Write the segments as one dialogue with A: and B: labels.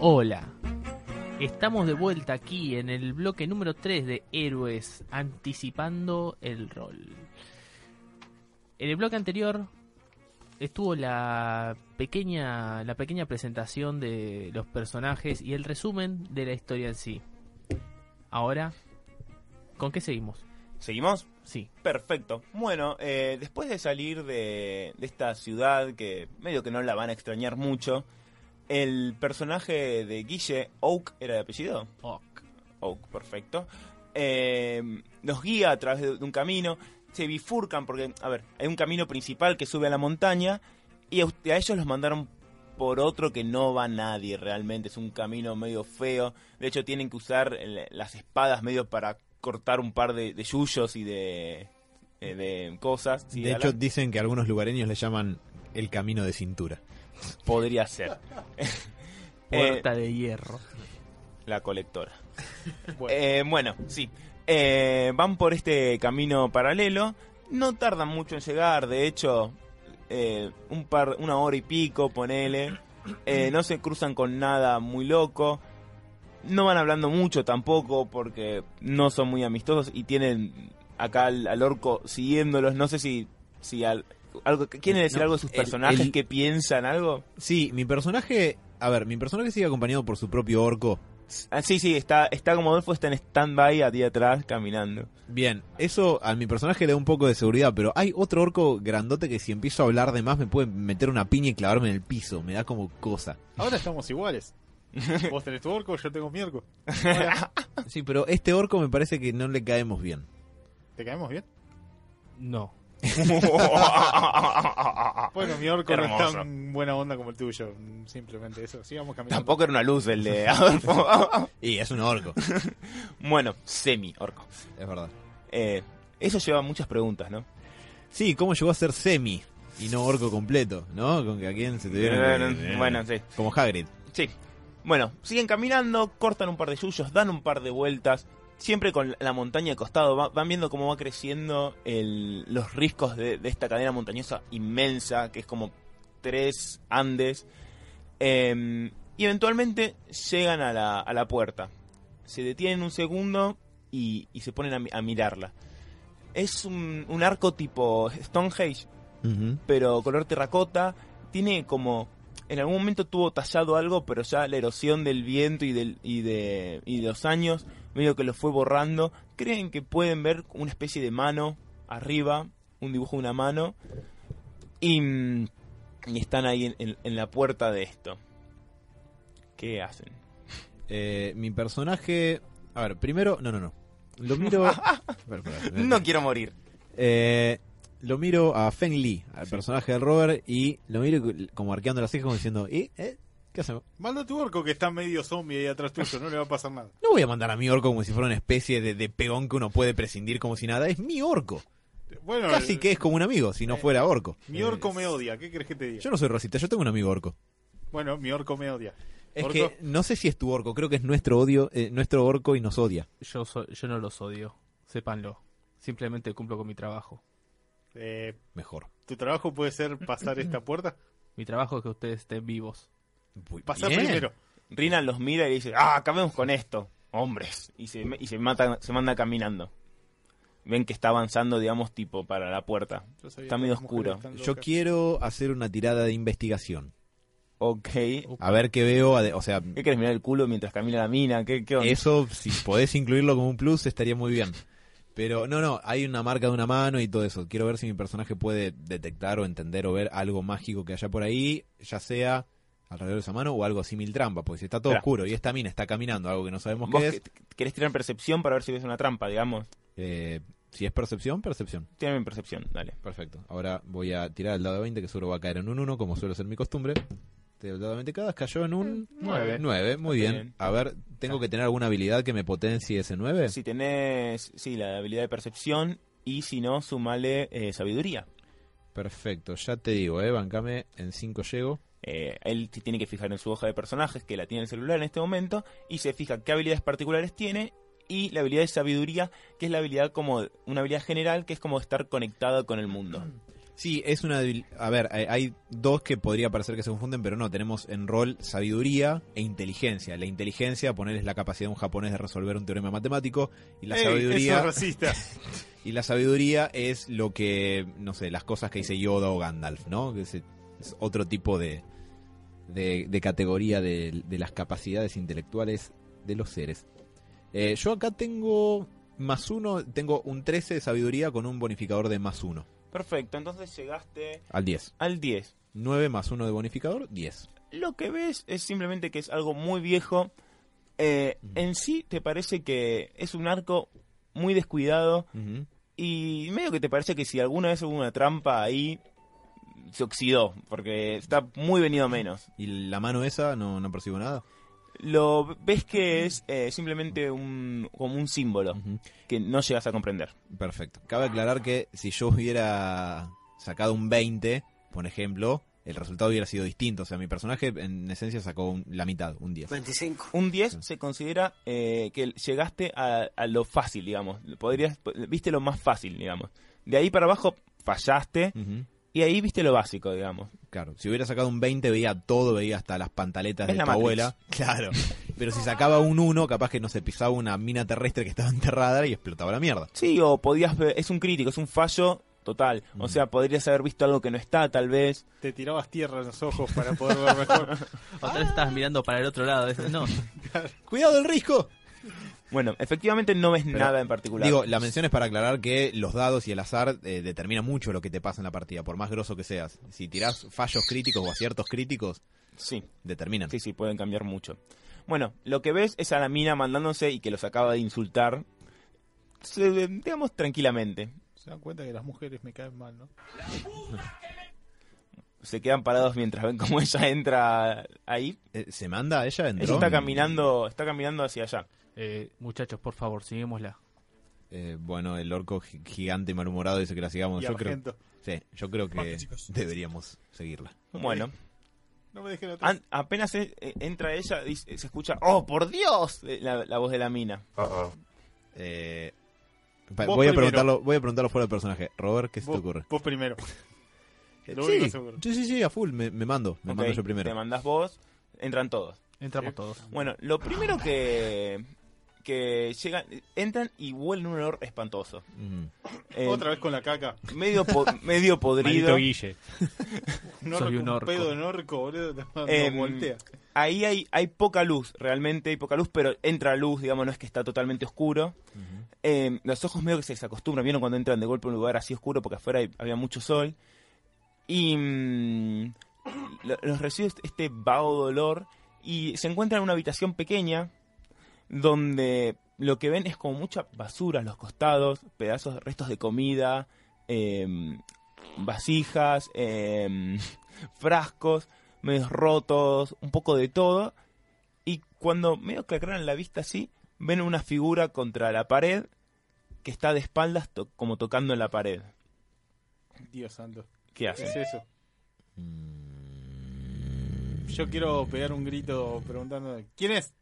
A: Hola, estamos de vuelta aquí en el bloque número 3 de Héroes, anticipando el rol. En el bloque anterior estuvo la pequeña, la pequeña presentación de los personajes y el resumen de la historia en sí. Ahora, ¿con qué seguimos?
B: ¿Seguimos?
A: Sí,
B: Perfecto. Bueno, eh, después de salir de, de esta ciudad que medio que no la van a extrañar mucho, el personaje de Guille, Oak, ¿era de apellido?
A: ok.
B: Oak, Oh, perfecto. Eh, nos guía a través de de un camino. Se bifurcan porque, a ver, hay un camino principal que sube a la montaña y a, usted- a ellos los mandaron por otro que no va nadie realmente. Es un camino medio feo. De hecho, tienen que usar el- las espadas medio para cortar un par de, de yuyos y de, eh, de cosas. Sí,
C: de
B: Alan,
C: hecho, dicen que algunos lugareños le llaman el camino de cintura.
B: podría ser. Eh,
A: puerta de hierro.
B: La colectora. Eh, bueno, sí. Eh, van por este camino paralelo. No tardan mucho en llegar, de hecho, eh, un par, una hora y pico, ponele. Eh, no se cruzan con nada muy loco. No van hablando mucho tampoco porque no son muy amistosos y tienen acá al, al orco siguiéndolos. No sé si, si al- algo, ¿quieren decir
C: No,
B: algo de sus
C: el-
B: personajes
C: el-
B: que piensan algo?
C: Sí, mi personaje. A ver, mi personaje sigue acompañado por su propio orco.
B: Ah, sí, sí, está, está como Adolfo, está en stand-by a ti atrás caminando.
C: Bien, eso a mi personaje le da un poco de seguridad, pero hay otro orco grandote que si empiezo a hablar de más me puede meter una piña y clavarme en el piso. Me da como cosa.
D: Ahora estamos iguales. Vos tenés tu orco, yo tengo mi orco.
C: Sí, pero este orco me parece que no le caemos bien.
D: ¿Te caemos bien?
A: No.
D: Bueno, mi orco no es
B: Hermoso.
D: tan buena onda como el tuyo. Simplemente eso. Sigamos caminando.
B: Tampoco era una luz el de Adolfo.
C: Y es un orco,
B: bueno, semi orco.
C: es verdad.
B: Eh, eso lleva muchas preguntas, ¿no?
C: Sí, ¿cómo llegó a ser semi y no orco completo? ¿No? Con que a quién se tuvieron. que-
B: Bueno, sí.
C: Como Hagrid.
B: Sí. Bueno, siguen caminando, cortan un par de yuyos, dan un par de vueltas, siempre con la montaña de costado, va- van viendo cómo va creciendo el- los riscos de, de esta cadena montañosa inmensa, que es como tres Andes. Eh, y eventualmente llegan a la, a la puerta. Se detienen un segundo y, y se ponen a, mi- a mirarla. Es un, un arco tipo Stonehenge,
C: Ujú.
B: pero color terracota. Tiene como. En algún momento tuvo tallado algo, pero ya la erosión del viento y, del, y, de, y de los años medio que lo fue borrando. Creen que pueden ver una especie de mano arriba, un dibujo de una mano. Y, mm, y están ahí en, en- en la puerta de esto. ¿Qué hacen?
C: Eh, mi personaje. A ver, primero. No, no, no. Lo miro. Espera, espera, espera.
B: No quiero morir.
C: Eh, lo miro a Feng Li, al personaje de Robert, y lo miro como arqueando las cejas, como diciendo, ¿y? ¿Eh? ¿Qué hacemos?
D: Manda tu orco que está medio zombie ahí atrás tuyo. No le va a pasar nada.
C: No voy a mandar a mi orco como si fuera una especie de, de peón que uno puede prescindir como si nada. Es mi orco.
D: Bueno,
C: Casi que es como un amigo, si no fuera orco.
D: eh,
C: Eh,
D: Mi orco me odia. ¿Qué crees que te diga?
C: Yo no soy Rosita, yo tengo un amigo orco.
D: Bueno, mi orco me odia.
C: Es
D: Orco,
C: que no sé si es tu orco, creo que es nuestro odio, eh, nuestro orco y nos odia.
A: Yo, so- yo no los odio, sépanlo. Simplemente cumplo con mi trabajo.
D: eh,
C: Mejor.
D: ¿Tu trabajo puede ser pasar esta puerta?
A: Mi trabajo es que ustedes estén vivos.
C: Muy
D: Pasar
C: bien.
D: primero.
B: Rina los mira y dice, ah, acabemos con esto, hombres. Y se, y se, mata, se manda caminando. Ven que está avanzando, digamos, tipo para la puerta.
D: Yo sabía
B: Está
D: que
B: medio
D: las mujeres
B: oscuro.
D: están
C: Yo
D: locas.
C: quiero hacer una tirada de investigación.
B: Ok. ¿Qué
C: A ver qué veo, ade- o sea,
B: querés mirar el culo mientras camina la mina? ¿Qué, qué onda?
C: Eso, si podés incluirlo como un plus, estaría muy bien. Pero no, no, hay una marca de una mano y todo eso. Quiero ver si mi personaje puede detectar o entender o ver algo mágico que haya por ahí, ya sea alrededor de esa mano o algo así mil trampa, porque si está todo
B: Esperá.
C: oscuro y esta mina está caminando, algo que no sabemos
B: ¿Vos
C: qué es,
B: que- querés tirar percepción para ver si ves una trampa, digamos?
C: Eh, si es percepción, percepción.
B: Tiene percepción, dale.
C: Perfecto. Ahora voy a tirar el dado de 20, que seguro va a caer en un 1, como suele ser mi costumbre. Te el dado de 20 cada, cayó en un
B: Nueve.
C: 9. Muy
B: Está
C: bien.
B: bien.
C: A ver, ¿tengo que tener alguna habilidad que me potencie ese 9?
B: Si tenés, sí, la habilidad de percepción y si no, sumale eh, sabiduría.
C: Perfecto, ya te digo, eh, bancame, en 5 llego.
B: Eh, él se tiene que fijar en su hoja de personajes, que la tiene el celular en este momento, y se fija qué habilidades particulares tiene y la habilidad de sabiduría, que es la habilidad como una habilidad general, que es como estar conectado con el mundo.
C: Sí, es una debil- A ver, hay, hay dos que podría parecer que se confunden, pero no. Tenemos en rol sabiduría e inteligencia. La inteligencia, poner es la capacidad de un japonés de resolver un teorema matemático. Y la
D: Ey,
C: sabiduría.
D: Eso es racista.
C: Y la sabiduría es lo que, no sé, las cosas que dice Yoda o Gandalf, ¿no? Que ese- Es, otro tipo de, de, de categoría de, de las capacidades intelectuales de los seres. Eh, yo acá tengo más uno, tengo un 13 de sabiduría con un bonificador de más uno,
B: Perfecto, entonces llegaste
C: al 10.
B: al 10.
C: 9 más uno de bonificador, 10.
B: Lo que ves es simplemente que es algo muy viejo. Eh, en sí te parece que es un arco muy descuidado
C: Ujú.
B: y medio que te parece que si alguna vez hubo una trampa ahí, se oxidó, porque está muy venido a menos.
C: Y la mano esa, no, no percibo nada.
B: Lo ves que es eh, simplemente un, como un símbolo
C: Ujú.
B: que no llegas a comprender.
C: Perfecto. Cabe aclarar que si yo hubiera sacado un 20, por ejemplo, el resultado hubiera sido distinto. O sea, mi personaje en esencia sacó un- la mitad, un 10.
E: 25.
B: Un 10 se considera eh, que llegaste a, a lo fácil, digamos. Podrías, viste lo más fácil, digamos. De ahí para abajo fallaste
C: Ujú.
B: y ahí viste lo básico, digamos.
C: Claro, si hubiera sacado un 20 veía todo, veía hasta las pantaletas
B: Es
C: de
B: la
C: tu
B: Matrix.
C: abuela. Claro. Pero si sacaba un 1, capaz que no se pisaba una mina terrestre que estaba enterrada y explotaba la mierda.
B: Sí, o podías ver, es un crítico, es un fallo total. O sea, podrías haber visto algo que no está, tal vez.
D: Te tirabas tierra en los ojos para poder ver mejor.
A: O tal vez estabas mirando para el otro lado. es- No,
C: ¡Cuidado el risco!
B: Bueno, efectivamente no ves
C: Pero,
B: nada en particular.
C: Digo, la mención es para aclarar que los dados y el azar eh, determina mucho lo que te pasa en la partida, por más grosso que seas. Si tirás fallos críticos o aciertos críticos,
B: sí.
C: determinan.
B: Sí, sí, pueden cambiar mucho. Bueno, lo que ves es a la mina mandándose y que los acaba de insultar. se- digamos tranquilamente.
D: Se dan cuenta que las mujeres me caen mal, ¿no?
B: Se quedan parados mientras ven cómo ella entra ahí.
C: Eh, ¿Se manda ella? ¿Entró?
B: Ella está caminando, está caminando hacia allá.
A: eh, muchachos, por favor, sigámosla.
C: Eh, bueno, el orco gi- gigante y malhumorado dice que la sigamos.
D: y
C: Yo creo,
D: Argento.
C: sí, yo creo que
F: Vamos, chicos.
C: deberíamos seguirla.
B: Bueno,
D: No me dejen atrás.
B: an- apenas e- e- entra ella, dice- se escucha, ¡Oh, por Dios! eh, La, la voz de la mina.
C: Eh, pa-
D: Vos
C: voy, a
D: primero.
C: preguntarlo, voy a preguntarlo fuera del personaje. Robert, ¿qué se
D: vos,
C: te ocurre?
D: vos primero.
C: Eh,
D: lo único
C: sí,
D: seguro.
C: sí, sí, sí, a full, me, me mando. Me
B: Ok,
C: mando yo
B: Te
C: primero.
B: mandás vos, entran todos.
A: Entramos todos.
B: Bueno, lo primero que, que llegan, entran y huelen un olor espantoso.
C: Mm.
B: Eh,
D: Otra vez con la caca.
B: medio, po- medio podrido.
D: Guille. un orco,
A: Soy un
D: un,
A: orco.
D: pedo de orco, boludo. No,
B: Em,
D: voltea.
B: Ahí hay, hay poca luz, realmente hay poca luz, pero entra luz, digamos, no es que está totalmente oscuro. Eh, los ojos medio que se desacostumbran, vieron cuando entran de golpe a un lugar así oscuro porque afuera hay- había mucho sol. Y mm, lo- los recibe este vago dolor y se encuentran en una habitación pequeña donde lo que ven es como mucha basura a los costados, pedazos, restos de comida, em, vasijas, em, frascos, medios rotos, un poco de todo. Y cuando medio que aclaran la vista así, ven una figura contra la pared que está de espaldas to- como tocando en la pared.
D: Dios santo.
B: ¿Qué
D: ¿Qué
B: hace?
D: es eso? Yo quiero pegar un grito preguntando: ¿Quién es?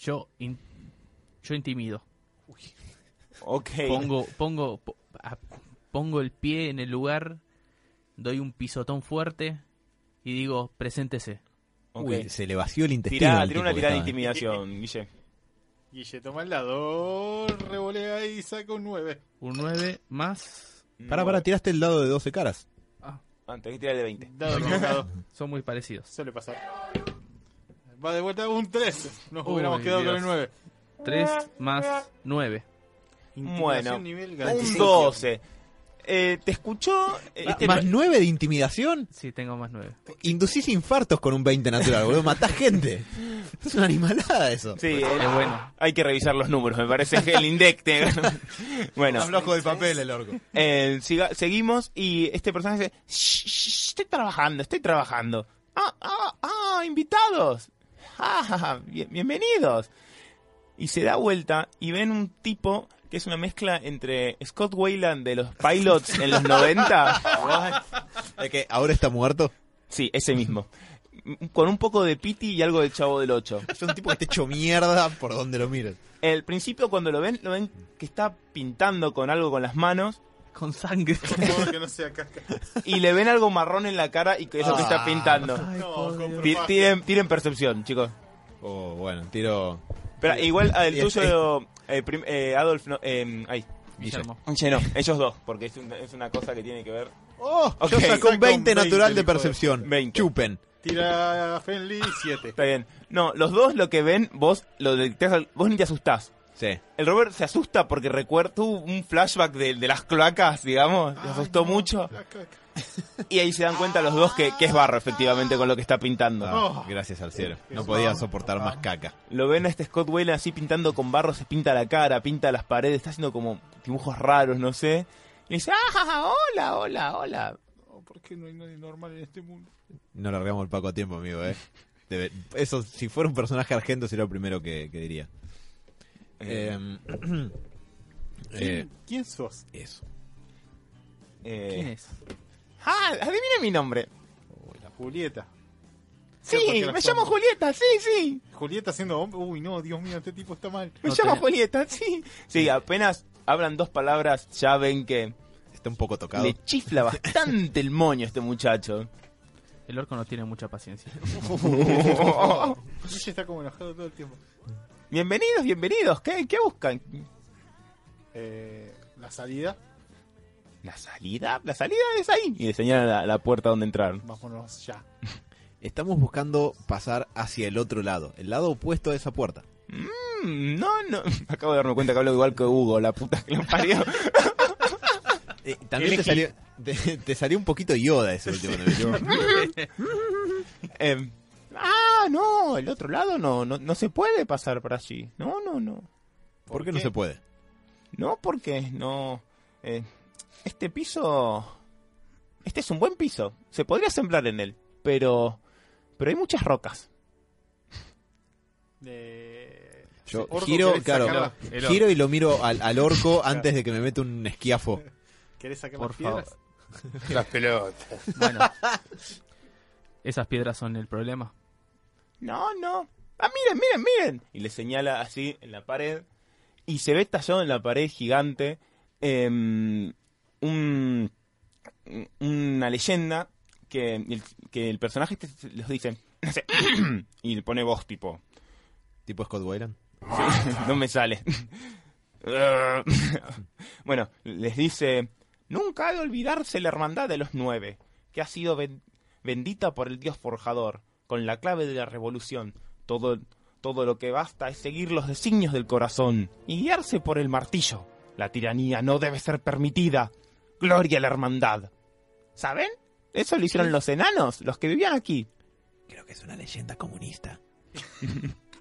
A: Yo, in- yo intimido.
B: Ok.
A: Pongo, pongo, po- a- pongo el pie en el lugar, doy un pisotón fuerte y digo, preséntese.
B: ok.
C: Uy, se le vació el intestino.
B: Tirá,
C: al
B: tirá una
C: tipo que
B: tirada de
C: estaba, ¿eh?
B: intimidación, Guille.
D: Guille toma el dado, revolea y saca un 9.
A: Un 9 más.
C: Pará, pará, tiraste el dado de 12 caras.
A: Ah,
B: Antes que tirar el de 20.
D: Dado equivocado.
A: son muy parecidos.
D: Suele pasar. Va de vuelta un 3. Nos
A: Uy,
D: hubiéramos quedado
A: Dios.
D: con el 9.
A: 3 más 9.
B: Bueno,
D: nivel
B: Un
D: garantizado.
B: 12. eh, te escuchó. eh, este-
C: Ah, más 9 de intimidación,
A: Sí, tengo más nueve.
C: inducís infartos con un 20 natural, boludo. Matás gente. Es una animalada eso.
B: Sí, eh,
A: Es bueno.
B: hay que revisar los números, me parece que el INDEC. te- bueno,
C: Está flojo de papel el orco.
B: eh, siga- seguimos y este personaje dice: "Shh, shh, Estoy trabajando, estoy trabajando. Ah, ah, ah, invitados. Ah, bien- bienvenidos. Y se da vuelta y ven un tipo que es una mezcla entre Scott Wayland de los Pilots en los 90.
C: ¿De que ahora está muerto?
B: Sí, ese mismo. M- Con un poco de piti y algo de chavo del 8.
C: Es un tipo que está hecho mierda por donde lo mires.
B: El principio cuando lo ven, lo ven que está pintando con algo con las manos
A: Con sangre.
D: Todo que no sea caca.
B: y le ven algo marrón en la cara y que es lo que está pintando.
D: No, compro
B: Ti-
D: más.
B: Tiren, tiren percepción, chicos.
C: Oh, bueno, tiro.
B: Pero igual ah, el
C: Y este-
B: tuyo, eh, prim- eh, Adolf, no, eh, ay,
A: Guillermo.
B: Guille no, ellos dos, porque es, un- es una cosa que tiene que ver.
C: Oh,
B: Ok.
C: yo saco
D: Saca
C: un
D: un
C: 20 natural de
D: 20, hijo de-
C: percepción.
B: 20.
C: Chupen.
D: Tira a Fenly 7.
B: Está bien. No, los dos lo que ven, vos lo detectás al- vos ni te asustás.
C: Sí.
B: El Robert se asusta porque recuerda tuvo un flashback de, de las cloacas, digamos, le asustó mucho. Y ahí se dan cuenta los dos que, que es barro, efectivamente, con lo que está pintando.
C: Ah, Gracias al cielo. No podía soportar más caca.
B: Lo ven a este Scott Whalen así pintando con barro, se pinta la cara, pinta las paredes, está haciendo como dibujos raros, no sé. Y dice, ¡ah, hola, hola, hola!
D: No, ¿Por qué no hay nadie normal en este mundo?
C: No largamos el Paco a tiempo, amigo, eh. Debe- Eso, si fuera un personaje argento, sería lo primero que, que diría. Eh, eh,
D: ¿Quién sos?
C: eso.
B: Eh,
A: ¿Quién es?
B: ¡Ah, adivina mi nombre!
D: La Julieta.
B: Sí,
D: porque
B: me
D: la
B: llamo
D: somos.
B: Julieta, sí, sí.
D: Julieta siendo hombre. Uy, no, Dios mío, este tipo está mal.
B: Me
A: No
B: llamo
A: te-
B: Julieta, sí. Sí, apenas hablan dos palabras, ya ven que
C: Está un poco tocado.
B: le chifla bastante el moño a este muchacho.
A: El orco no tiene mucha paciencia.
D: Ella está como enojado todo el tiempo.
B: bienvenidos, bienvenidos, ¿qué, qué buscan?
D: Eh, la salida.
B: La salida, la salida es ahí. Y le señalan la, la puerta donde entrar.
D: Vámonos ya.
C: Estamos buscando pasar hacia el otro lado, el lado opuesto de esa puerta.
B: Mm, no, no. Acabo de darme cuenta que hablo igual que Hugo, la puta que lo parió.
C: Eh, también te salió, te, te salió un poquito Yoda ese último. nivel.
B: Em, ah, no, el otro lado no, no, no se puede pasar por allí. No, no, no.
C: ¿Por qué no se puede?
B: No, porque no. eh, este piso. Este es un buen piso. Se podría sembrar en él. Pero. Pero hay muchas rocas.
D: Eh,
C: Yo
D: orco,
C: giro,
D: ¿querés
C: claro,
D: sacar la-
A: el orco.
C: giro y lo miro al, al orco antes de que me meta un esquiafo.
D: ¿Querés sacar
A: Por
D: las piedras?
A: favor.
E: Las pelotas.
A: Bueno. Esas piedras son el problema.
B: No, no. Ah, miren, miren, miren. Y le señala así en la pared. Y se ve tallado en la pared gigante em, un, una leyenda que el, que el personaje este los dice. hace y le pone voz tipo.
C: Tipo Scott Wayland.
B: No me sale. bueno, les dice, nunca ha de olvidarse la hermandad de los nueve, que ha sido ben- bendita por el dios forjador, con la clave de la revolución. Todo, todo lo que basta es seguir los designios del corazón y guiarse por el martillo. La tiranía no debe ser permitida. Gloria a la hermandad. ¿Saben? Eso lo hicieron los enanos, los que vivían aquí.
C: Creo que es una leyenda comunista.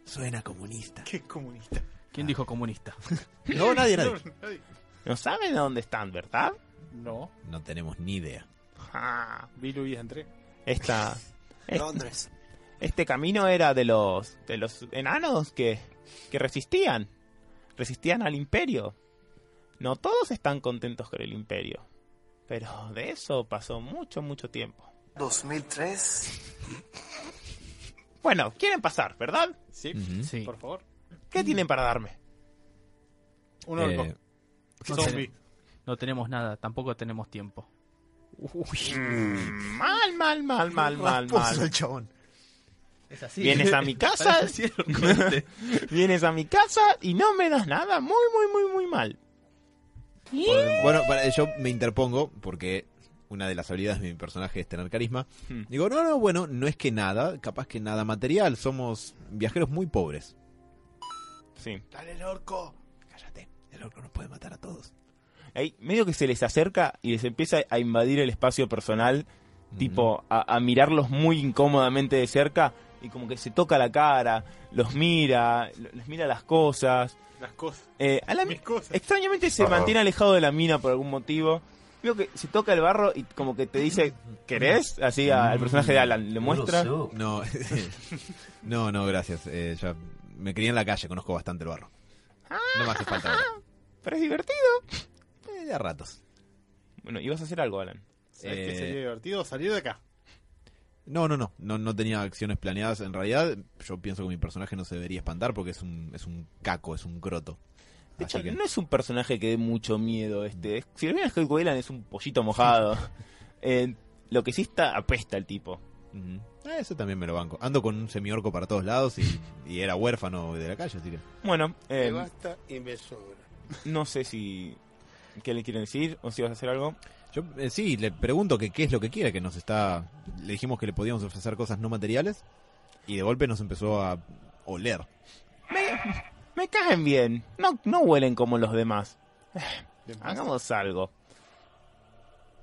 C: Suena comunista.
D: Qué comunista.
A: ¿Quién dijo comunista?
C: No, nadie, nadie.
D: Ay,
B: No saben de dónde están, ¿verdad?
D: No,
C: No tenemos ni idea.
B: Ah,
D: vi Luis entré.
B: esta...
E: Londres.
B: este camino era de los de los enanos que, que resistían resistían al imperio no todos están contentos con el imperio pero de eso pasó mucho mucho tiempo
E: 2003.
B: bueno quieren pasar verdad
D: Sí,
C: Ujú.
A: Sí.
D: por favor.
B: qué tienen para darme
D: Un orco.
C: Eh,
A: no,
D: Zombie.
A: tenemos- no tenemos nada, tampoco tenemos tiempo.
B: mal mal mal mal mal
C: Rasposo el
B: mal
C: chabón.
A: Es así.
B: Vienes a mi casa.
A: Parece así el orco este.
B: vienes a mi casa y no me das nada muy muy muy muy mal
C: Bueno, para- yo me interpongo porque una de las habilidades de mi personaje es tener carisma.
B: Hmm.
C: Digo, no, no, bueno, no es que nada, capaz que nada material, somos viajeros muy pobres.
B: sí
C: Dale el orco. Cállate, el orco nos puede matar a todos.
B: ahí medio que se les acerca y les empieza a invadir el espacio personal, tipo a, a mirarlos muy incómodamente de cerca y como que se toca la cara, los mira, lo- les mira las cosas.
D: Las cosas.
B: Eh, a la mi-
D: Mis cosas.
B: extrañamente se
E: Ajá.
B: mantiene alejado de la mina por algún motivo. Veo que se toca el barro y como que te dice, ¿querés? Así a- al personaje de Alan, le muestra.
C: No, no, no, gracias. Eh, ya me crié en la calle, conozco bastante el barro. No me hace falta. ahora.
B: Pero es divertido.
C: Eh, de a ratos.
B: Bueno, ibas a hacer algo, Alan.
D: ¿Sabes
C: Eh,
D: qué sería divertido? Salir de acá.
C: No, no, no, no, no tenía acciones planeadas. En realidad, yo pienso que mi personaje no se debería espantar porque es un, es un caco, es un croto.
B: De hecho,
C: Así que-
B: no es un personaje que dé mucho miedo este. Es- Si lo miras Hulk Whelan es un pollito mojado. Eh, lo que sí está apesta el tipo.
C: Ujú. Ah, Eso también me lo banco. Ando con un semiorco para todos lados y, y era huérfano de la calle, así que.
B: Bueno, eh,
E: Me basta y me sobra.
B: no sé si... ¿Qué le quieren decir? ¿O si vas a hacer algo?
C: Yo eh, sí, le pregunto que qué es lo que quiere, que nos está... Le dijimos que le podíamos ofrecer cosas no materiales y de golpe nos empezó a oler.
B: Me caen bien. No, no huelen como los demás.
D: De más.
B: Hagamos algo.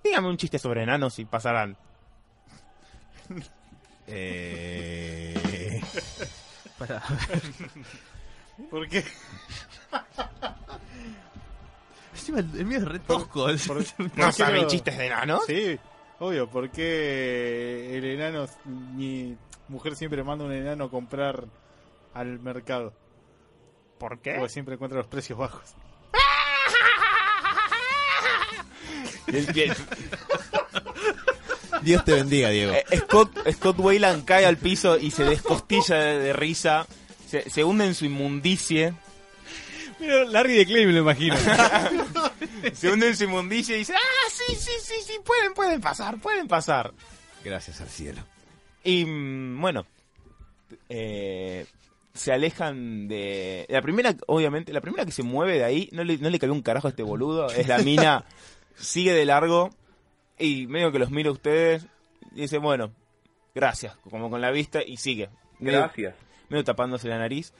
B: Dígame un chiste sobre enanos y pasarán.
C: Eh...
A: Para...
D: ¿Por qué?
A: Encima el el mío es re tosco.
D: ¿Por- por
B: ¿No
D: qué
B: saben
D: no?
B: chistes de enanos?
D: Sí, obvio, porque el enano, mi mujer siempre manda a un enano a comprar al mercado,
B: ¿Por qué?
D: porque siempre encuentra los precios bajos.
C: Dios te bendiga, Diego.
B: Eh, Scott, Scott Wayland cae al piso y se descostilla de, de risa. Se, se hunde en su inmundicie.
D: Mira, Larry de Clay me lo imagino.
B: Se hunde en su inmundicie y dice, ah, sí, sí, sí, sí, pueden, pueden pasar, pueden pasar.
C: Gracias al cielo.
B: Y mm, bueno, eh, se alejan de... La primera, obviamente, la primera que se mueve de ahí, no le, no le cayó un carajo a este boludo, es la mina, sigue de largo y medio que los mira a ustedes y dice, bueno, gracias, como con la vista y sigue. Medio- medio tapándose la nariz.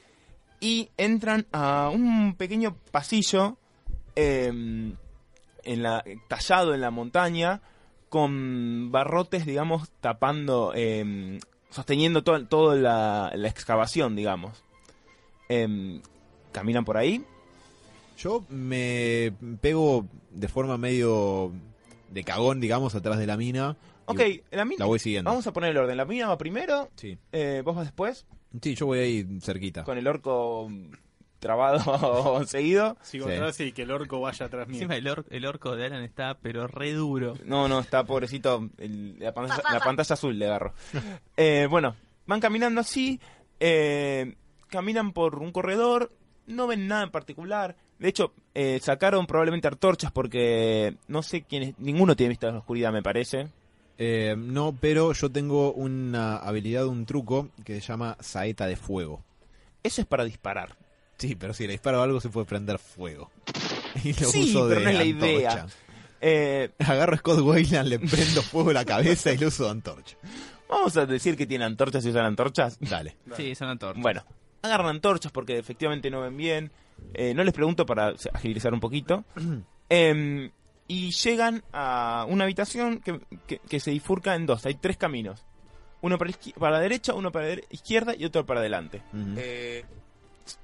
B: Y entran a un pequeño pasillo eh, en la, tallado en la montaña con barrotes, digamos, tapando, eh, sosteniendo toda la, la excavación, digamos. Em, caminan por ahí.
C: Yo me pego de forma medio de cagón, digamos, atrás de la mina. y
B: Ok, la mina...
C: La voy siguiendo.
B: Vamos a poner el orden. La mina va primero,
C: Sí.
B: eh, vos vas después,
C: sí, yo voy ahí cerquita.
B: con el orco mm, trabado seguido.
D: Sigo
C: Sí.
D: atrás y que el orco vaya atrás mío.
A: Encima el, or- el orco de Alan está pero re duro.
B: No, no, está pobrecito. el- la, pantalla, la pantalla azul le agarro. Eh, bueno, van caminando así. eh, caminan por un corredor. No ven nada en particular. De hecho, eh, sacaron probablemente antorchas porque no sé quién es. Ninguno tiene vista en la oscuridad, me parece.
C: Eh, no, pero yo tengo una habilidad, un truco que se llama saeta de fuego.
B: Eso es para disparar.
C: Sí, pero si le disparo algo se puede prender fuego. Y lo
B: Sí,
C: uso
B: pero
C: de
B: no es la
C: antorcha.
B: idea. Eh,
C: Agarro a Scott Wayland, le prendo fuego a la cabeza y lo uso de antorcha.
B: vamos a decir que tienen antorchas y usan antorchas.
C: Dale.
A: Sí, son antorchas.
B: Bueno, agarran antorchas porque efectivamente no ven bien. Eh, no les pregunto para agilizar un poquito. Em, y llegan a una habitación que, que- que se bifurca en dos. Hay tres caminos. Uno para, izqui- para la derecha, uno para la dere- izquierda y otro para adelante.
C: Ujú.
E: Eh,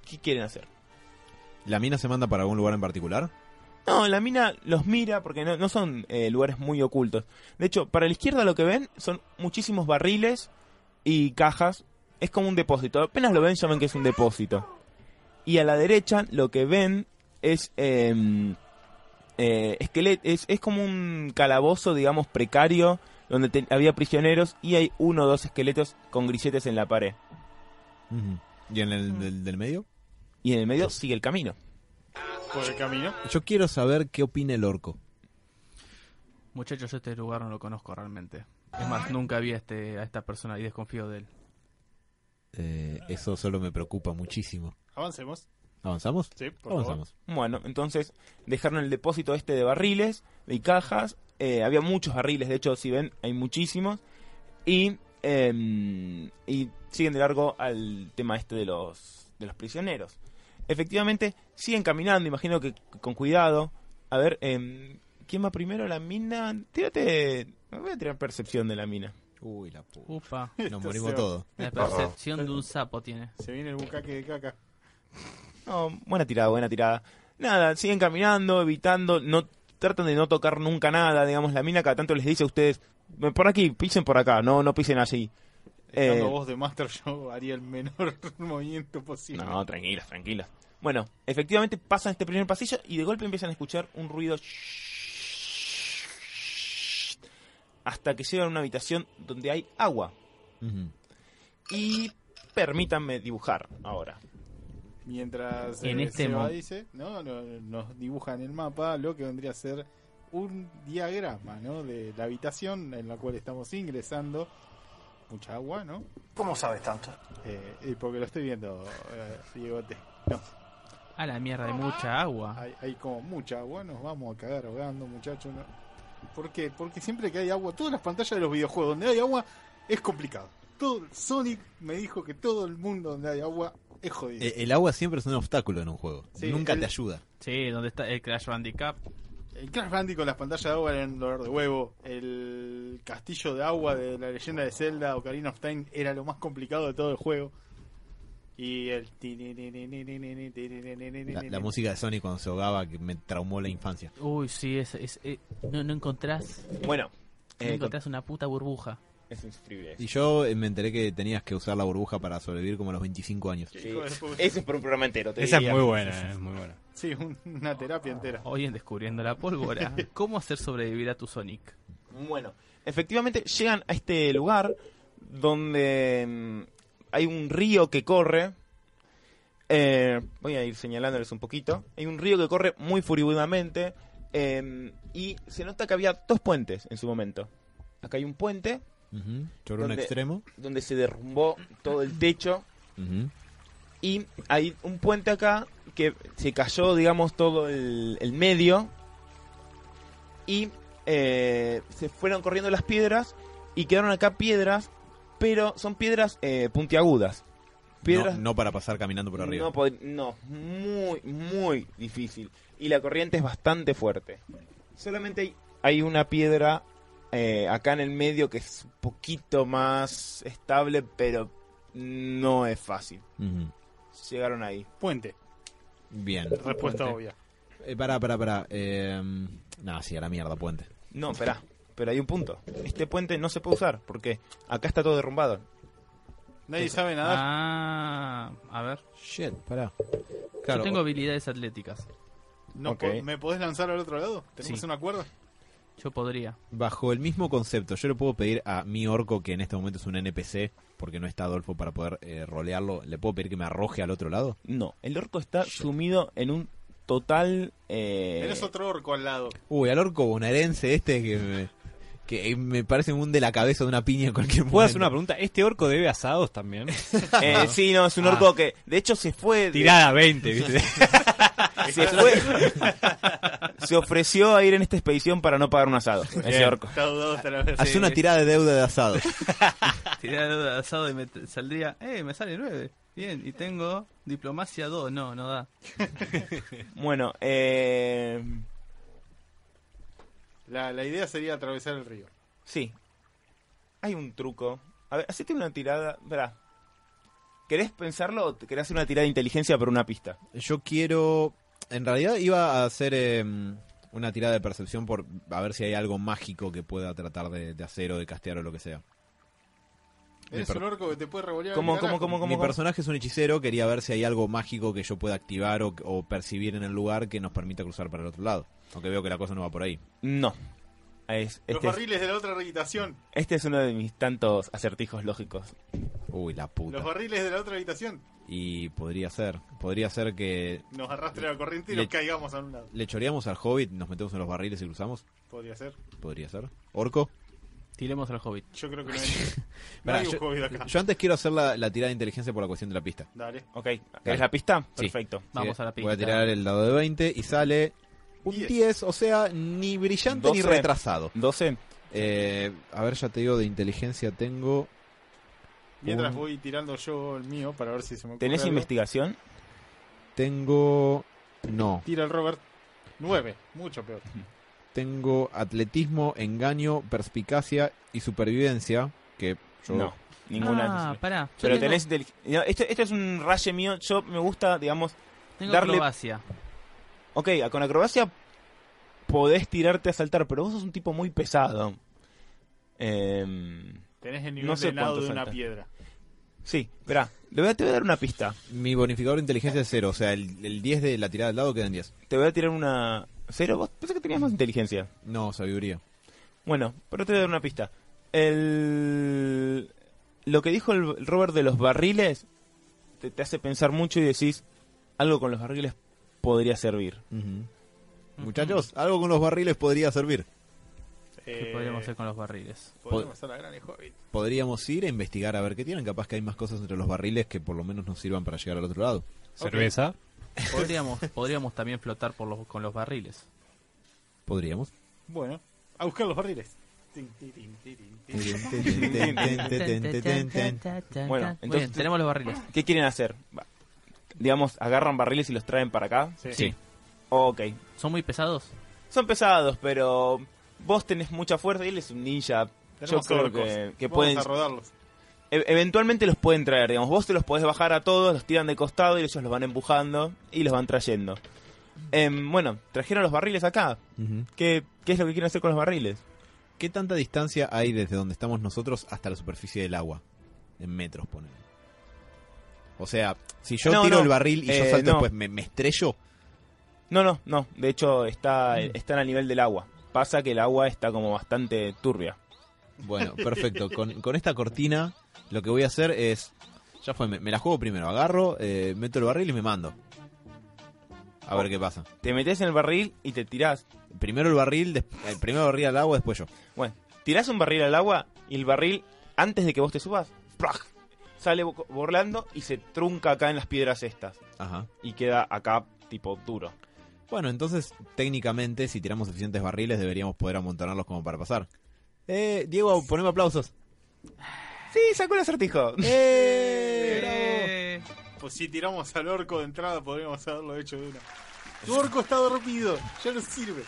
B: ¿Qué quieren hacer?
C: ¿La mina se manda para algún lugar en particular?
B: No, la mina los mira porque no, no son eh, lugares muy ocultos. De hecho, para la izquierda lo que ven son muchísimos barriles y cajas. Es como un depósito. Apenas lo ven, ya ven que es un depósito. Y a la derecha lo que ven es eh, eh, esquelet- es, es como un calabozo, digamos, precario, donde te- había prisioneros y hay uno o dos esqueletos con grilletes en la pared. Mm.
C: Ujú. ¿Y en el del, del medio?
B: Y en el medio sigue el camino.
D: Por el camino.
C: Yo quiero saber qué opina el orco.
A: Muchachos, yo este lugar no lo conozco realmente. Es más, nunca vi a, este, a esta persona y desconfío de él.
C: Eh, eso solo me preocupa muchísimo.
D: Avancemos.
C: ¿Avanzamos?
D: Sí, por
C: Avanzamos.
B: Bueno, entonces dejaron el depósito este de barriles y cajas. eh, había muchos barriles, de hecho, si ven, hay muchísimos. Y, em, y siguen de largo al tema este de los, de los prisioneros. Efectivamente, siguen caminando, imagino que con cuidado. A ver, em, ¿quién va primero? ¿La mina? Tírate. Me voy a tirar percepción de la mina.
C: Uy, la puta.
A: Ufa.
C: Nos
D: Esto
C: morimos
D: se va.
C: todos.
A: La percepción de un sapo tiene.
D: Se viene el bucaque de caca.
B: No, buena tirada, buena tirada. Nada, siguen caminando, evitando, no tratan de no tocar nunca nada, digamos, la mina cada tanto les dice a ustedes, por aquí, pisen por acá, no, no pisen así.
D: Estando
B: Eh,
D: vos de Master, yo haría el menor movimiento posible.
B: No, tranquilos, tranquilos. Bueno, efectivamente pasan este primer pasillo y de golpe empiezan a escuchar un ruido hasta que llegan a una habitación donde hay agua.
C: Ujú.
B: Y permítanme dibujar ahora.
D: Mientras
A: En
D: eh,
A: este
D: Seba
A: mo-
D: dice, ¿no? No, no, nos dibujan el mapa lo que vendría a ser un diagrama, ¿no? De la habitación en la cual estamos ingresando. Mucha agua, ¿no?
E: ¿Cómo sabes tanto?
D: Eh, eh, porque lo estoy viendo, eh, Diegote. No,
A: A la mierda, hay mucha agua.
D: hay, hay como mucha agua, nos vamos a cagar ahogando, muchachos. ¿no? ¿Por qué? Porque siempre que hay agua, todas las pantallas de los videojuegos donde hay agua es complicado. Todo, Sonic me dijo que todo el mundo donde hay agua es jodido.
C: Eh, El agua siempre es un obstáculo en un juego.
D: Sí,
C: Nunca
D: el-
C: te ayuda.
A: Sí, donde está el Crash Bandicap.
D: El Crash Bandicoot, las pantallas de agua eran un dolor de huevo. El castillo de agua de la leyenda de Zelda, Ocarina of Time, era lo más complicado de todo el juego. Y el...
C: La, la música de Sonic cuando se ahogaba que me traumó la infancia.
A: Uy, sí, es, es- eh, no, no encontrás, no
B: Bueno, eh,
A: encontrás una puta burbuja.
B: es insufrible eso.
C: Y yo eh, me enteré que tenías que usar la burbuja para sobrevivir como a los 25 años.
B: Sí, Eso es por un programa entero. te
F: Esa es
B: diría.
F: muy buena, es muy buena.
D: Sí, un- una terapia entera.
B: Ah.
A: Hoy en Descubriendo la Pólvora, ¿cómo hacer sobrevivir a tu Sonic?
B: Bueno, efectivamente llegan a este lugar donde mm, hay un río que corre. eh, voy a ir señalándoles un poquito. Hay un río que corre muy furibundamente. eh, y se nota que había dos puentes en su momento. Acá hay un puente
C: Ujú. Sobre un
B: ¿Dónde?
C: extremo.
B: donde se derrumbó todo el techo.
C: Ujú.
B: Y hay un puente acá que se cayó, digamos, todo el, el medio. Y eh, se fueron corriendo las piedras y quedaron acá piedras, pero son piedras eh, puntiagudas. Piedras
C: No, no para pasar caminando por arriba.
B: no pod- no, muy, muy difícil. Y la corriente es bastante fuerte. Solamente hay, hay una piedra eh, acá en el medio que es un poquito más estable, pero no es fácil.
C: Ujú.
B: Llegaron ahí.
D: Puente,
C: Bien.
D: respuesta
A: Puente.
D: obvia.
C: Eh, pará, pará, pará. Eh, nah, sí, a la mierda, puente.
B: No, espera. Pero hay un punto. Este puente no se puede usar porque acá está todo derrumbado.
D: Nadie sabe nada.
A: Ah, a ver.
C: Shit, pará. Claro,
A: Yo tengo habilidades atléticas.
D: no,
B: ok. Eh.
D: po- ¿Me podés lanzar al otro lado? ¿Tenemos
A: Sí.
D: una cuerda?
A: Yo podría.
C: bajo el mismo concepto, yo le puedo pedir a mi orco, que en este momento es un NPC, porque no está Adolfo para poder eh, rolearlo, ¿le puedo pedir que me arroje al otro lado?
B: No, el orco está sumido en un total... eh,
D: Tenés otro orco al lado.
C: Uy, al orco bonaerense este que me, que me parece un de la cabeza de una piña en cualquier momento.
F: ¿Puedo hacer una pregunta? ¿Este orco debe asados también?
B: eh, sí, no, es un orco que de hecho se fue... de-
F: Ah. Tirada 20, ¿viste?
B: se fue. se ofreció a ir en esta expedición para no pagar un asado. Ese
F: Bien.
B: orco.
D: Está dudado hasta la
C: Hacé una tirada de deuda de asado.
A: Tiré de asado y me t- saldría, eh, me sale 9. Bien, y tengo diplomacia 2. No, no da.
B: Bueno, eh,
D: La, la idea sería atravesar el río.
B: sí. Hay un truco. A ver, hacete una tirada. Verá. ¿Querés pensarlo o te querés hacer una tirada de inteligencia por una pista?
C: Yo quiero... En realidad iba a hacer eh, una tirada de percepción por a ver si hay algo mágico que pueda tratar de, de hacer o de castear o lo que sea.
D: Eres
C: per-
D: un orco que te puede revolear.
B: ¿Cómo,
D: el
B: cómo,
D: carajo.
B: cómo, cómo?
C: Mi
B: cómo?
C: personaje es un hechicero, quería ver si hay algo mágico que yo pueda activar o, o percibir en el lugar que nos permita cruzar para el otro lado. Aunque veo que la cosa no va por ahí.
B: No. Es-
D: Los
B: este, es,
D: barriles de la otra habitación.
B: este es uno de mis tantos acertijos lógicos.
C: Uy, la
D: Los
C: puta.
D: barriles de la otra habitación.
C: Y podría ser, podría ser que
D: Nos arrastre la corriente y
C: Le-
D: nos caigamos a un lado.
C: le choreamos al hobbit, nos metemos en los barriles y cruzamos.
D: Podría ser.
C: Podría ser. Orco.
A: Tiremos al hobbit.
D: Yo creo que no hay, no
C: Pará,
D: hay un
C: yo,
D: hobbit
A: Ah.
D: acá.
C: yo antes quiero hacer la, la tirada de inteligencia por la cuestión de la pista.
D: Dale.
B: Ok. ¿Querés la pista?
C: Sí.
B: Perfecto.
A: Vamos
C: Sí,
A: a la pista.
C: Voy a tirar el dado de 20 y sale un 10,
D: Diez.
C: o sea, ni brillante ni
B: 12.
C: retrasado.
B: 12.
C: Eh, a ver, ya te digo, de inteligencia tengo...
D: Mientras
C: un-
D: voy tirando yo el mío para ver si se me ocurre.
B: ¿Tenés
D: algo.
B: investigación?
C: Tengo... No,
D: Tira el Robert. Nueve, mucho peor.
C: Tengo atletismo, engaño, perspicacia y supervivencia. Que yo.
B: No, ninguna.
A: Ah, pará. Yo
B: Pero
A: tengo-
B: tenés. intelig- no, Esto, esto es un raye mío. Yo me gusta, digamos.
A: Tengo
B: darle-
A: acrobacia.
B: Ok, con acrobacia podés tirarte a saltar, pero vos sos un tipo muy pesado. Em,
D: Tenés el
B: nivel No sé de nado cuánto de una salta.
D: piedra.
B: sí, espera. Te voy a dar una pista.
C: Mi bonificador de inteligencia es cero. O sea, el, el 10 de la tirada al lado queda en 10.
B: Te voy a tirar una. Cero, vos pensé que
A: Mm.
B: tenías más inteligencia.
C: No, sabiduría.
B: Bueno, pero te voy a dar una pista. El... Lo que dijo el Robert de los barriles te, te hace pensar mucho y decís, algo con los barriles podría servir.
C: Ujú. Muchachos, algo con los barriles podría servir.
A: ¿Qué podríamos hacer con los barriles?
D: Eh,
C: podemos Podríamos ir a investigar a ver qué tienen. Capaz que hay más cosas entre los barriles que por lo menos nos sirvan para llegar al otro lado.
F: Cerveza.
A: Podríamos, podríamos también flotar por los, con los barriles.
C: Podríamos.
D: Bueno, a buscar los barriles. Tin, tin, tin, tin, tin.
B: Bueno,
A: Muy
B: entonces-
A: bien, tenemos los barriles.
B: ¿Qué quieren hacer? Va- Digamos, agarran barriles y los traen para acá.
A: Sí.
B: Ok.
A: ¿Son muy pesados?
B: Son pesados, pero vos tenés mucha fuerza y él es un ninja. Yo
D: Tenemos
B: creo
D: orcos.
B: que, que
D: Vamos
B: pueden...
D: a rodarlos.
B: e- Eventualmente los pueden traer, digamos. Vos te los podés bajar a todos, los tiran de costado y ellos los van empujando y los van trayendo. Em, bueno, trajeron los barriles acá.
C: Ujú.
B: ¿Qué, ¿Qué es lo que quieren hacer con los barriles?
C: ¿Qué tanta distancia hay desde donde estamos nosotros hasta la superficie del agua? En metros, ponen. O sea, si yo
B: No,
C: tiro
B: no.
C: el barril y yo
B: Eh, no.
C: salto después, ¿me, me estrello?
B: No, no, no. De hecho, está, están a nivel del agua. Pasa que el agua está como bastante turbia.
C: Bueno, perfecto. Con, con esta cortina, lo que voy a hacer es. Ya fue, me, me la juego primero. Agarro, eh, meto el barril y me mando. A ver qué pasa.
B: Te metes en el barril y te tirás.
C: Primero el barril, des- el primero barril al agua, después yo.
B: Bueno, tirás un barril al agua y el barril, antes de que vos te subas, ¡plaj! sale bo- borlando y se trunca acá en las piedras estas.
C: Ajá.
B: Y queda acá, tipo, duro.
C: Bueno, entonces, técnicamente, si tiramos suficientes barriles, deberíamos poder amontonarlos como para pasar. Eh, Diego, poneme aplausos.
B: Sí, sacó el acertijo.
A: Eh,
D: Pues si tiramos al orco de entrada, podríamos haberlo hecho de una. Tu orco está dormido, ya no sirve.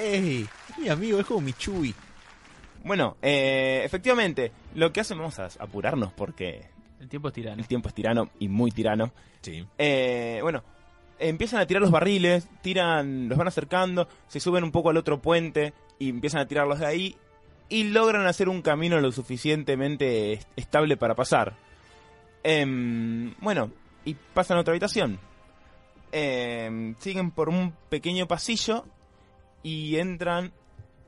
C: ¡Ey! Mi amigo, es como Michui.
B: Bueno, eh, efectivamente, lo que hacen, vamos a apurarnos porque
A: El tiempo es tirano.
B: el tiempo es tirano y muy tirano.
C: Sí.
B: Eh, bueno, empiezan a tirar los barriles, tiran, los van acercando, se suben un poco al otro puente y empiezan a tirarlos de ahí y logran hacer un camino lo suficientemente est- estable para pasar. Em, bueno, y pasan a otra habitación. Em, siguen por un pequeño pasillo y entran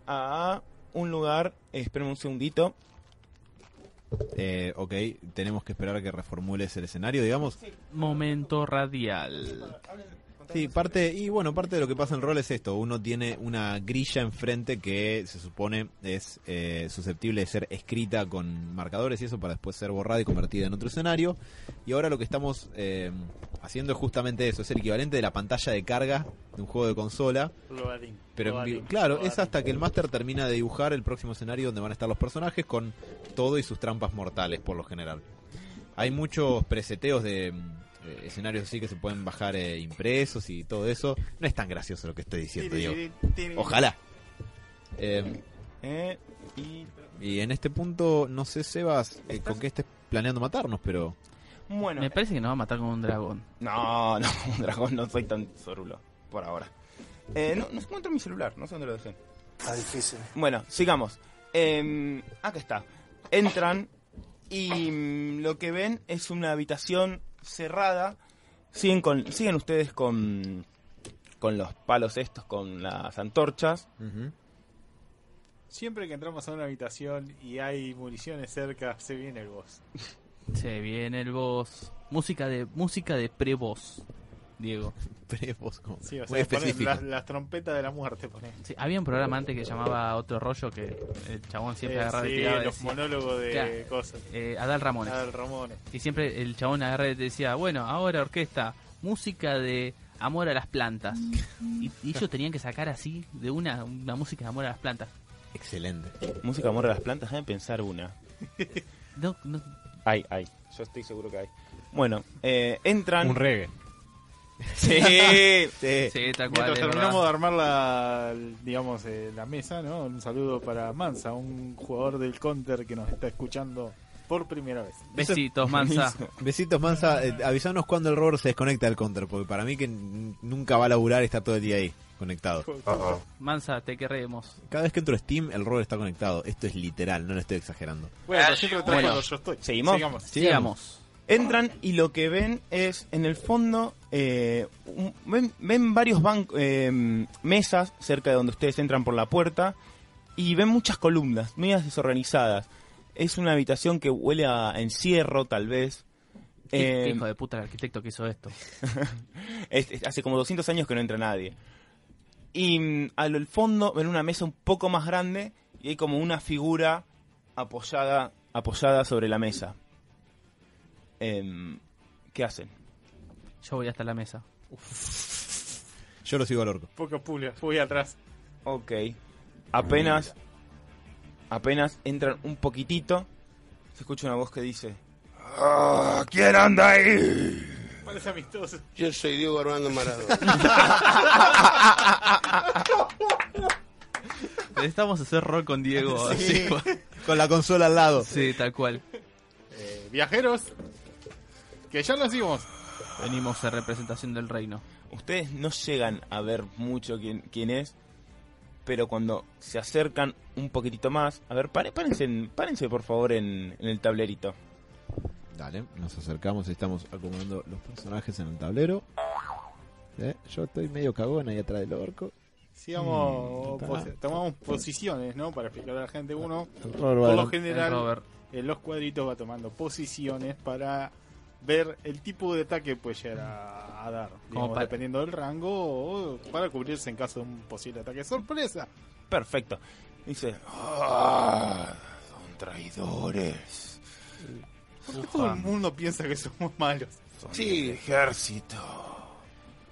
B: a un lugar, esperen un segundito,
C: Eh, ok, tenemos que esperar a que reformules el escenario, digamos.
A: Momento radial.
C: Sí, parte, y bueno, parte de lo que pasa en rol es esto. Uno tiene una grilla enfrente que se supone es eh, susceptible de ser escrita con marcadores y eso para después ser borrada y convertida en otro escenario. Y ahora lo que estamos eh, haciendo es justamente eso. Es el equivalente de la pantalla de carga de un juego de consola. Pero en vi- claro, es hasta que el máster termina de dibujar el próximo escenario donde van a estar los personajes con todo y sus trampas mortales por lo general. Hay muchos preseteos de mm, eh, escenarios así que se pueden bajar eh, impresos y todo eso. No es tan gracioso lo que estoy diciendo, Diego. Ojalá. Eh,
B: eh, y
C: y en este punto, no sé, Sebas, eh, con qué estés planeando matarnos, pero...
B: bueno,
D: eh,
A: Me parece que nos va a matar con un dragón.
B: No, no, un dragón, no soy tan zorulo por ahora. Eh, no, no encuentro mi celular, no sé dónde lo dejé.
E: Está difícil.
B: Bueno, sigamos. Eh, acá está. Entran y mm, lo que ven es una habitación cerrada. Siguen, con, siguen ustedes con, con los palos estos, con las antorchas.
D: Siempre que entramos a una habitación y hay municiones cerca, se viene el boss.
A: Se viene el boss. Música de música de pre-boss, Diego.
C: Pero es vos como
D: Sí, o
C: muy
D: sea, ponen
C: específico.
D: las, las trompetas de la muerte, ponen.
A: Sí, había un programa antes que llamaba Otro Rollo que el chabón siempre agarraba y tiraba y
D: Eh, los
A: decía,
D: monólogos de
A: Claro.
D: cosas.
A: eh, Adal Ramones.
D: Ah, el Ramones.
A: Y siempre el chabón agarraba y te decía, bueno, ahora orquesta, música de amor a las plantas. Y, y ellos tenían que sacar así de una, una música de amor a las plantas.
C: Excelente.
B: Música amor a las plantas, deben pensar una.
A: No, no,
B: Hay, hay. Yo estoy seguro que hay. Bueno, eh, entran.
F: Un reggae.
B: Sí.
C: Sí.
A: Sí, tal cual.
D: Eh, Mientras
A: es
D: terminamos
A: verdad.
D: de armar la, digamos, eh, la mesa, ¿no? Un saludo para Mansa, un jugador del Counter que nos está escuchando por primera vez.
A: Besitos, Mansa.
C: Besitos, Mansa. Eh, avisanos cuando el Robert se desconecta del counter, porque para mí que n- nunca va a laburar, está todo el día ahí, conectado.
A: Mansa, te queremos.
C: Cada vez que entro a Steam, el Robert está conectado. Esto es literal, no lo estoy exagerando.
D: Bueno,
G: Ah,
D: siempre está
G: bueno.
D: cuando yo estoy.
B: ¿Seguimos?
D: Sigamos.
A: Sigamos.
B: Entran y lo que ven es, en el fondo, eh, un- ven, ven varios ban- eh, mesas cerca de donde ustedes entran por la puerta y ven muchas columnas, medias desorganizadas. Es una habitación que huele a encierro, tal vez.
A: Qué- qué
B: Eh,
A: hijo de puta el arquitecto que hizo esto.
B: es- es- hace como 200 años que no entra nadie. Y mm, al al fondo ven una mesa un poco más grande y hay como una figura apoyada, apoyada sobre la mesa. Em, ¿Qué hacen?
A: Yo voy hasta la mesa.
C: Yo lo sigo al orco.
D: Poca pulga, voy atrás.
B: Ok. Apenas. Apenas entran un poquitito. Se escucha una voz que dice. "Ah, ¿Quién anda ahí?
D: Parece amistoso.
E: Yo soy Diego Armando Maradona.
A: Necesitamos hacer rol con Diego. Sí,
C: Con la consola al lado.
A: sí tal cual.
D: Eh, viajeros, que ya lo hicimos.
A: Venimos en representación del reino.
B: Ustedes no llegan a ver mucho quién, quién es. Pero cuando se acercan un poquitito más. A ver, pare- párense, en- párense por favor en, en el tablerito.
C: Dale, nos acercamos y estamos acomodando los personajes en el tablero. Eh, Yo estoy medio cagón ahí atrás del orco.
D: Sigamos,
C: Mm,
D: pose-
C: está.
D: tomamos posiciones, ¿no? Para explicar a la gente. Uno,
C: El Robert va
D: por lo
C: adelante.
A: El
D: general,
A: Robert.
D: en los cuadritos va tomando posiciones para ver el tipo de ataque que puede llegar a, a dar. digamos,
A: para-
D: Dependiendo del rango o para cubrirse en caso de un posible ataque sorpresa.
B: Perfecto. Dice. "Ah, son traidores.
D: ¿Por qué todo el mundo piensa que somos malos?
B: Son sí. ejército.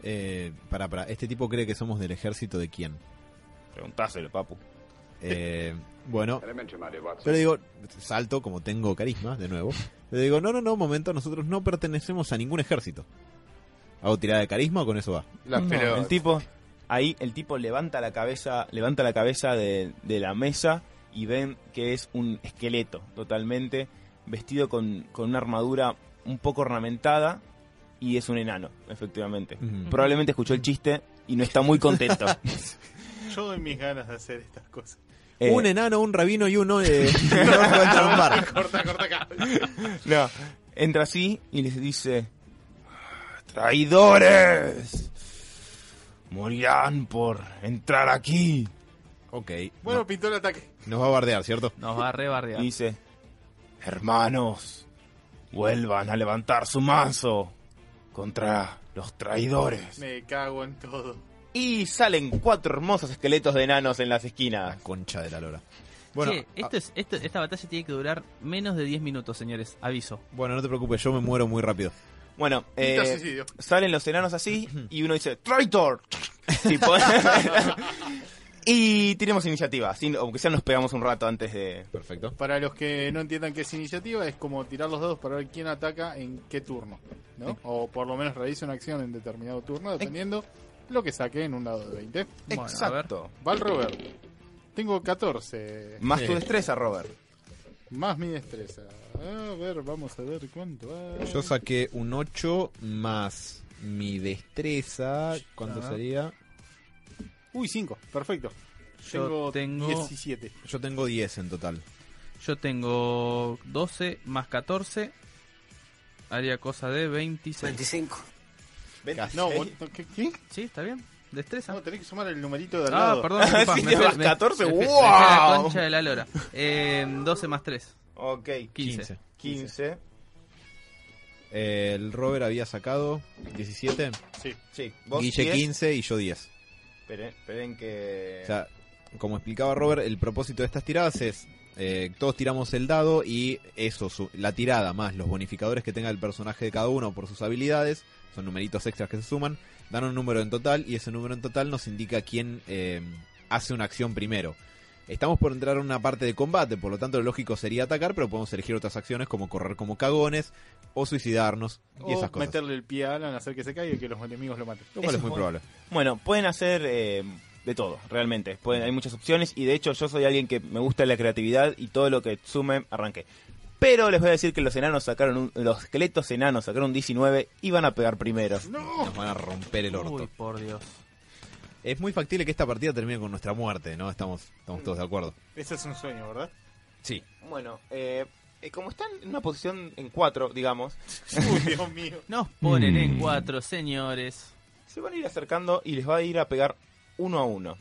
C: Eh, para, para, este tipo cree que somos del ejército de quién.
B: Preguntáselo, papu.
C: Eh, bueno, yo le digo, salto como tengo carisma, de nuevo. Le digo, no, no, no, momento, nosotros no pertenecemos a ningún ejército. ¿Hago tirada de carisma o con eso va?
E: La
B: No,
E: pelota.
B: el tipo ahí el tipo levanta la cabeza, levanta la cabeza de, de la mesa y ven que es un esqueleto totalmente vestido con, con una armadura un poco ornamentada y es un enano, efectivamente.
C: Ujú.
B: Probablemente escuchó el chiste y no está muy contento.
D: Yo doy mis ganas de hacer estas cosas.
B: Eh,
C: Un enano, un rabino y uno eh, que no encuentra un bar.
D: Corta, corta acá.
B: no, entra así y les dice traidores. Morirán por entrar aquí.
C: Ok,
D: Bueno,
C: no-
D: pintó el ataque.
C: nos va a bardear, ¿cierto?
A: Nos va a rebardear.
B: Y Dice, hermanos, vuelvan a levantar su manso contra los traidores.
D: Me cago en todo.
B: Y salen cuatro hermosos esqueletos de enanos en las
C: La
B: esquinas.
C: concha de la lora. Bueno,
A: Che, esto
C: ah,
A: es, esto- esta batalla tiene que durar menos de 10 minutos, señores. Aviso.
C: bueno, no te preocupes, yo me muero muy rápido.
B: Bueno, eh,
D: Quita suicidio.
B: salen los enanos así y uno dice, traitor. Si podés. y tiremos iniciativa, así, aunque sea nos pegamos un rato antes de...
C: Perfecto.
D: Para los que no entiendan qué es iniciativa, es como tirar los dados para ver quién ataca en qué turno, ¿no? O por lo menos realiza una acción en determinado turno, dependiendo lo que saque en un dado de 20.
A: Bueno, a ver.
B: Exacto.
D: Val Robert. Tengo 14,
B: Más tu destreza, Robert.
D: más mi destreza. A ver, vamos a ver cuánto hay.
C: Yo saqué un 8 más mi destreza. ¿Cuánto
D: Ah.
C: sería?
D: Uy, 5, perfecto.
A: Yo tengo-
D: 17.
C: Yo tengo 10 en total.
A: Yo tengo 12 más 14. Haría cosa de 26.
G: 25.
D: No, vos- ¿qué? qué?
A: Sí, está bien. Destreza.
D: No, tenés que sumar el numerito de al
A: Ah,
D: lado.
A: perdón. disculpa,
B: Sí,
A: me
B: te
A: fue-
B: vas
A: me-
B: 14,
A: me fue- me fue la
B: ¡guau!
A: concha de la lora. Eh, 12 más 3.
B: Ok,
A: 15.
C: 15.
B: 15.
C: Eh, El Robert había sacado 17,
D: Sí.
B: Sí, vos
C: Guille
B: 10.
C: 15 y yo 10.
B: Esperen, esperen que...
C: O sea, como explicaba Robert, el propósito de estas tiradas es eh, todos tiramos el dado y eso, su- la tirada más los bonificadores que tenga el personaje de cada uno por sus habilidades, son numeritos extras que se suman, dan un número en total y ese número en total nos indica quién eh, hace una acción primero. Estamos por entrar en una parte de combate, por lo tanto lo lógico sería atacar, pero podemos elegir otras acciones como correr como cagones o suicidarnos y
D: o
C: esas cosas.
D: meterle el pie a Alan, hacer que se caiga y que los enemigos lo maten.
C: Lo cual
B: Eso
C: es muy
B: es
C: probable.
B: Bueno, pueden hacer eh, de todo, realmente. Pueden, hay muchas opciones y de hecho yo soy alguien que me gusta la creatividad y todo lo que sume, arranqué. Pero les voy a decir que los enanos sacaron un- los esqueletos enanos sacaron un 19 y van a pegar primeros.
C: Nos van a romper el orto.
A: Uy, por Dios.
C: Es muy factible que esta partida termine con nuestra muerte, ¿no? Estamos, estamos todos de acuerdo.
D: Ese es un sueño, ¿verdad?
C: Sí.
B: Bueno, eh, eh, como están en una posición en 4, digamos,
D: Uy, Dios mío.
A: Nos ponen
F: Mm.
A: en cuatro, señores.
B: se van a ir acercando y les va a ir a pegar uno a uno.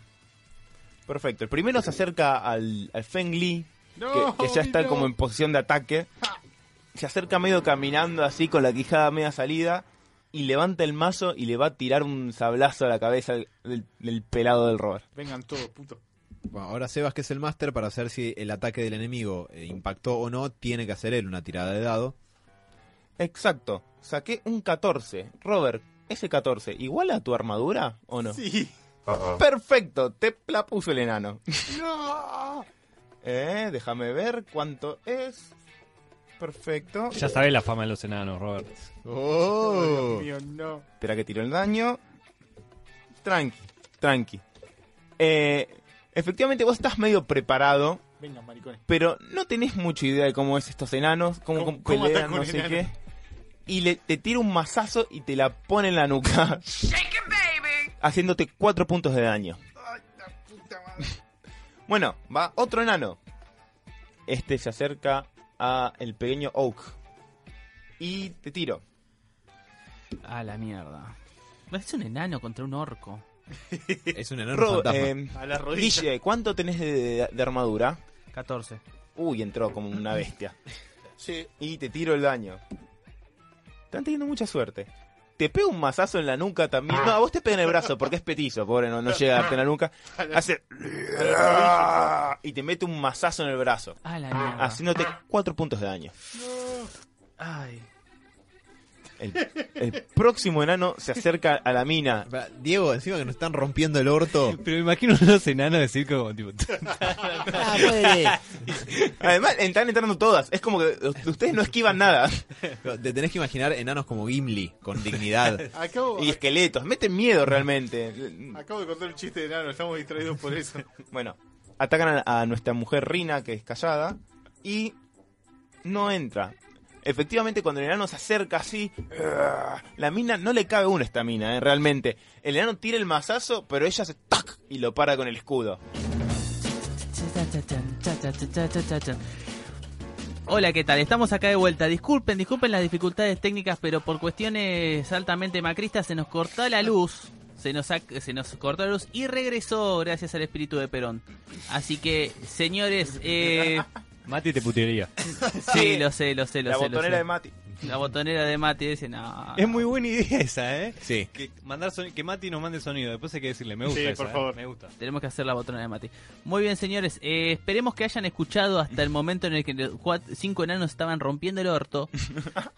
B: Perfecto. El primero se acerca al, al Feng Li,
D: No,
B: que, que ya está
D: no.
B: como en posición de ataque. Se acerca medio caminando así con la quijada media salida y levanta el mazo y le va a tirar un sablazo a la cabeza del, del pelado del Robert.
D: Vengan todos, puto.
C: Bueno, ahora Sebas, que es el máster, para saber si el ataque del enemigo eh, impactó o no, tiene que hacer él una tirada de dado.
B: Exacto. Saqué un 14. Robert, ese 14, ¿igual a tu armadura o no?
D: Sí.
F: Ah.
B: Perfecto, te la puso el enano.
D: No.
B: Eh, déjame ver cuánto es. Perfecto.
F: Ya sabes la fama de los enanos, Robert.
D: Dios
C: ¡Oh!
D: mío, no.
B: Espera que tiro el daño. Tranqui, tranqui. Eh, efectivamente vos estás medio preparado,
D: Vengan, maricones.
B: pero no tenés mucha idea de cómo es estos enanos, cómo, cómo
D: ¿Cómo- cómo
B: pelean,
D: ataca un
B: no sé
D: enano?
B: qué. Y le, te tira un mazazo y te la pone en la nuca, haciéndote cuatro puntos de daño. Bueno, va otro enano. Este se acerca a el pequeño Oak. Y te tiro.
A: A la mierda. Es un enano contra un orco.
C: Es un enorme
B: Ro-
C: fantasma.
B: eh,
D: A la rodilla.
B: Guille, ¿cuánto tenés de, de- de armadura?
A: 14.
B: Uy, entró como una bestia.
E: Sí.
B: Y te tiro el daño. Están teniendo mucha suerte. Te pega un mazazo en la nuca también. No, a vos te pega en el brazo porque es petizo, pobre, no, no llega a darte en la nuca. Hace. Y te mete un mazazo en el brazo,
A: A
F: Ah,
A: la mierda.
B: haciéndote cuatro puntos de daño.
A: Ay.
B: El, el próximo enano se acerca a la mina.
C: Espera, Diego, encima que nos están rompiendo el orto.
F: Pero me imagino unos enanos de circo como tipo.
B: Además, están entrando todas. Es como que ustedes no esquivan nada.
C: Te tenés que imaginar enanos como Gimli, con dignidad.
D: Acabo,
B: Y esqueletos. Meten miedo realmente.
D: acabo de contar un chiste de nano, estamos distraídos por eso.
B: Bueno, atacan a, a nuestra mujer Rina, que es callada, y no entra. Efectivamente, cuando el enano se acerca así, ¡ah! la mina no le cabe uno a esta mina, eh, realmente. El enano tira el mazazo, pero ella se tac y lo para con el escudo.
A: Hola, ¿qué tal? Estamos acá de vuelta. Disculpen, disculpen las dificultades técnicas, pero por cuestiones altamente macristas se nos cortó la luz. Se nos, ac- se nos cortó la luz y regresó gracias al espíritu de Perón. Así que, señores, eh,
F: Mati te putearía.
A: sí, lo sé, lo sé, lo
B: la
A: sé. lo
B: botonera
A: sé.
B: de Mati.
A: La botonera de Mati dice, no.
F: Es muy buena idea esa, ¿eh?
C: Sí.
F: Que, mandar soni- que Mati nos mande sonido. Después hay que decirle, me gusta.
D: Sí,
F: esa,
D: por
F: ¿eh?
D: favor.
F: Me gusta.
A: Tenemos que hacer la botonera de Mati. Muy bien, señores. eh, esperemos que hayan escuchado hasta el momento en el que los cuat- cinco enanos estaban rompiendo el orto.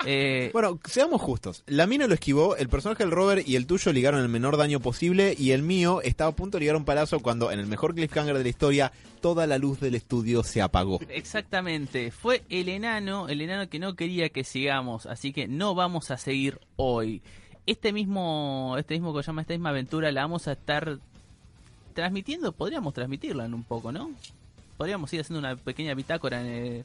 A: Eh,
C: Bueno, seamos justos. La mina lo esquivó, el personaje del Robert y el tuyo ligaron el menor daño posible y el mío estaba a punto de ligar un palazo cuando en el mejor cliffhanger de la historia toda la luz del estudio se apagó.
A: Exactamente, fue el enano, el enano que no quería que sigamos, así que no vamos a seguir hoy. Este mismo, este mismo que llama esta misma aventura la vamos a estar transmitiendo, podríamos transmitirla en un poco, ¿no? Podríamos ir haciendo una pequeña bitácora en, eh,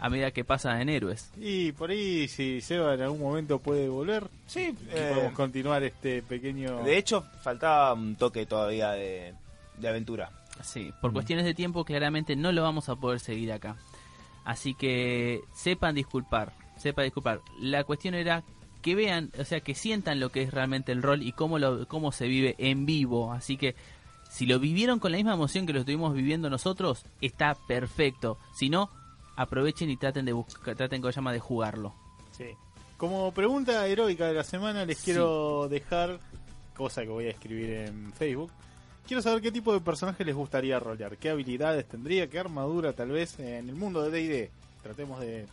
A: a medida que pasa en héroes.
D: Y por ahí, si Seba en algún momento puede volver,
B: Sí,
D: que
B: eh,
D: podemos continuar este pequeño.
B: de hecho, faltaba un toque todavía de, de aventura.
A: Sí, por cuestiones de tiempo claramente no lo vamos a poder seguir acá. Así que sepan disculpar, sepan disculpar. La cuestión era que vean, o sea, que sientan lo que es realmente el rol y cómo, lo, cómo se vive en vivo. Así que si lo vivieron con la misma emoción que lo estuvimos viviendo nosotros, está perfecto. Si no, aprovechen y traten de buscar, traten que llama de jugarlo.
D: Sí. Como pregunta heroica de la semana, les
A: Sí.
D: quiero dejar, cosa que voy a escribir en Facebook. Quiero saber qué tipo de personaje les gustaría rolear, qué habilidades tendría, qué armadura tal vez en el mundo de DD. Tratemos de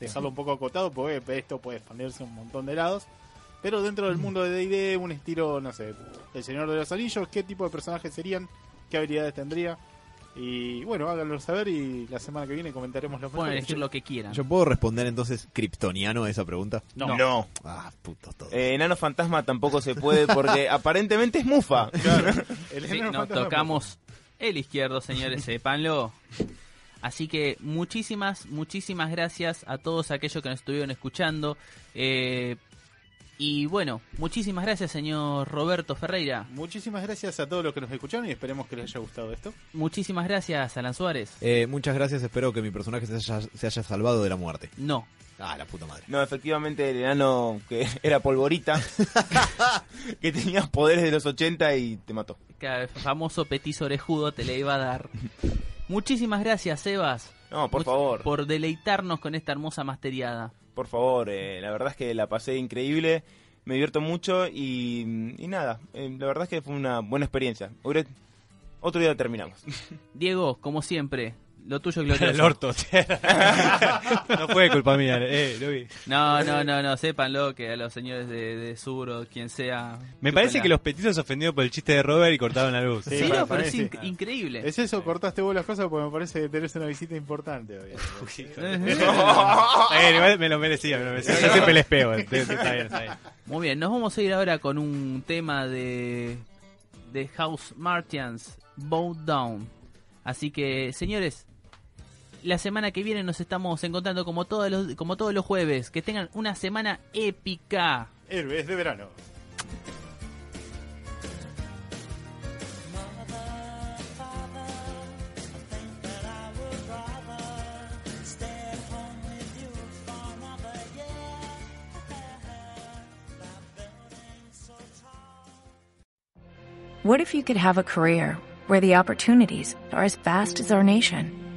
D: dejarlo un poco acotado porque esto puede expandirse un montón de lados. Pero dentro del mundo de DD, un estilo, no sé, El Señor de los Anillos, qué tipo de personajes serían, qué habilidades tendría. Y bueno, háganlo saber y la semana que viene comentaremos los
A: Pueden
D: mejores.
A: elegir lo que quieran.
C: ¿Yo puedo responder entonces kryptoniano a esa pregunta?
A: No.
B: No.
C: Ah, puto todo.
B: Eh, enano fantasma tampoco se puede porque aparentemente es mufa.
D: El
A: Sí,
D: enano
A: no
D: fantasma.
A: tocamos el izquierdo, señores, sepanlo. Así que muchísimas, muchísimas gracias a todos aquellos que nos estuvieron escuchando. Eh, y bueno, muchísimas gracias, señor Roberto Ferreira.
D: Muchísimas gracias a todos los que nos escucharon y esperemos que les haya gustado esto.
A: Muchísimas gracias, Alan Suárez.
C: Eh, muchas gracias, espero que mi personaje se haya, se haya salvado de la muerte.
A: No,
C: Ah, la puta madre.
B: No, efectivamente el enano que era polvorita, que tenía poderes de los 80 y te mató.
A: que el famoso petiso orejudo te le iba a dar. Muchísimas gracias, Sebas.
B: No, por
A: Much-
B: favor.
A: Por deleitarnos con esta hermosa masteriada.
B: Por favor, eh, la verdad es que la pasé increíble, me divierto mucho y, y nada, eh, la verdad es que fue una buena experiencia. Hubiera- Otro día terminamos.
A: Diego, como siempre, lo tuyo glorioso.
F: El orto, o sea. No fue culpa mía, eh, lo vi.
A: No, no, no, no, sépanlo que a los señores de, de Sur o quien sea.
F: Me parece que los petizos se ofendieron por el chiste de Robert y cortaron la luz.
A: Sí,
D: Sí,
A: no,
D: para-
A: pero
D: para
A: es
D: ese.
A: inc- increíble.
D: Es eso, cortaste vos las cosas porque me parece que tenés una visita importante hoy.
F: Eh, igual me lo merecía, me lo merecía. Yo siempre les pego. eh, Está bien, está bien.
A: Muy bien, nos vamos a ir ahora con un tema de, de House Martians, Bow Down. Así que, señores, la semana que viene nos estamos encontrando como todos los, como todos los jueves. Que tengan una semana épica.
D: Héroes de verano.
G: What if you could have a career where the opportunities are as vast as our nation,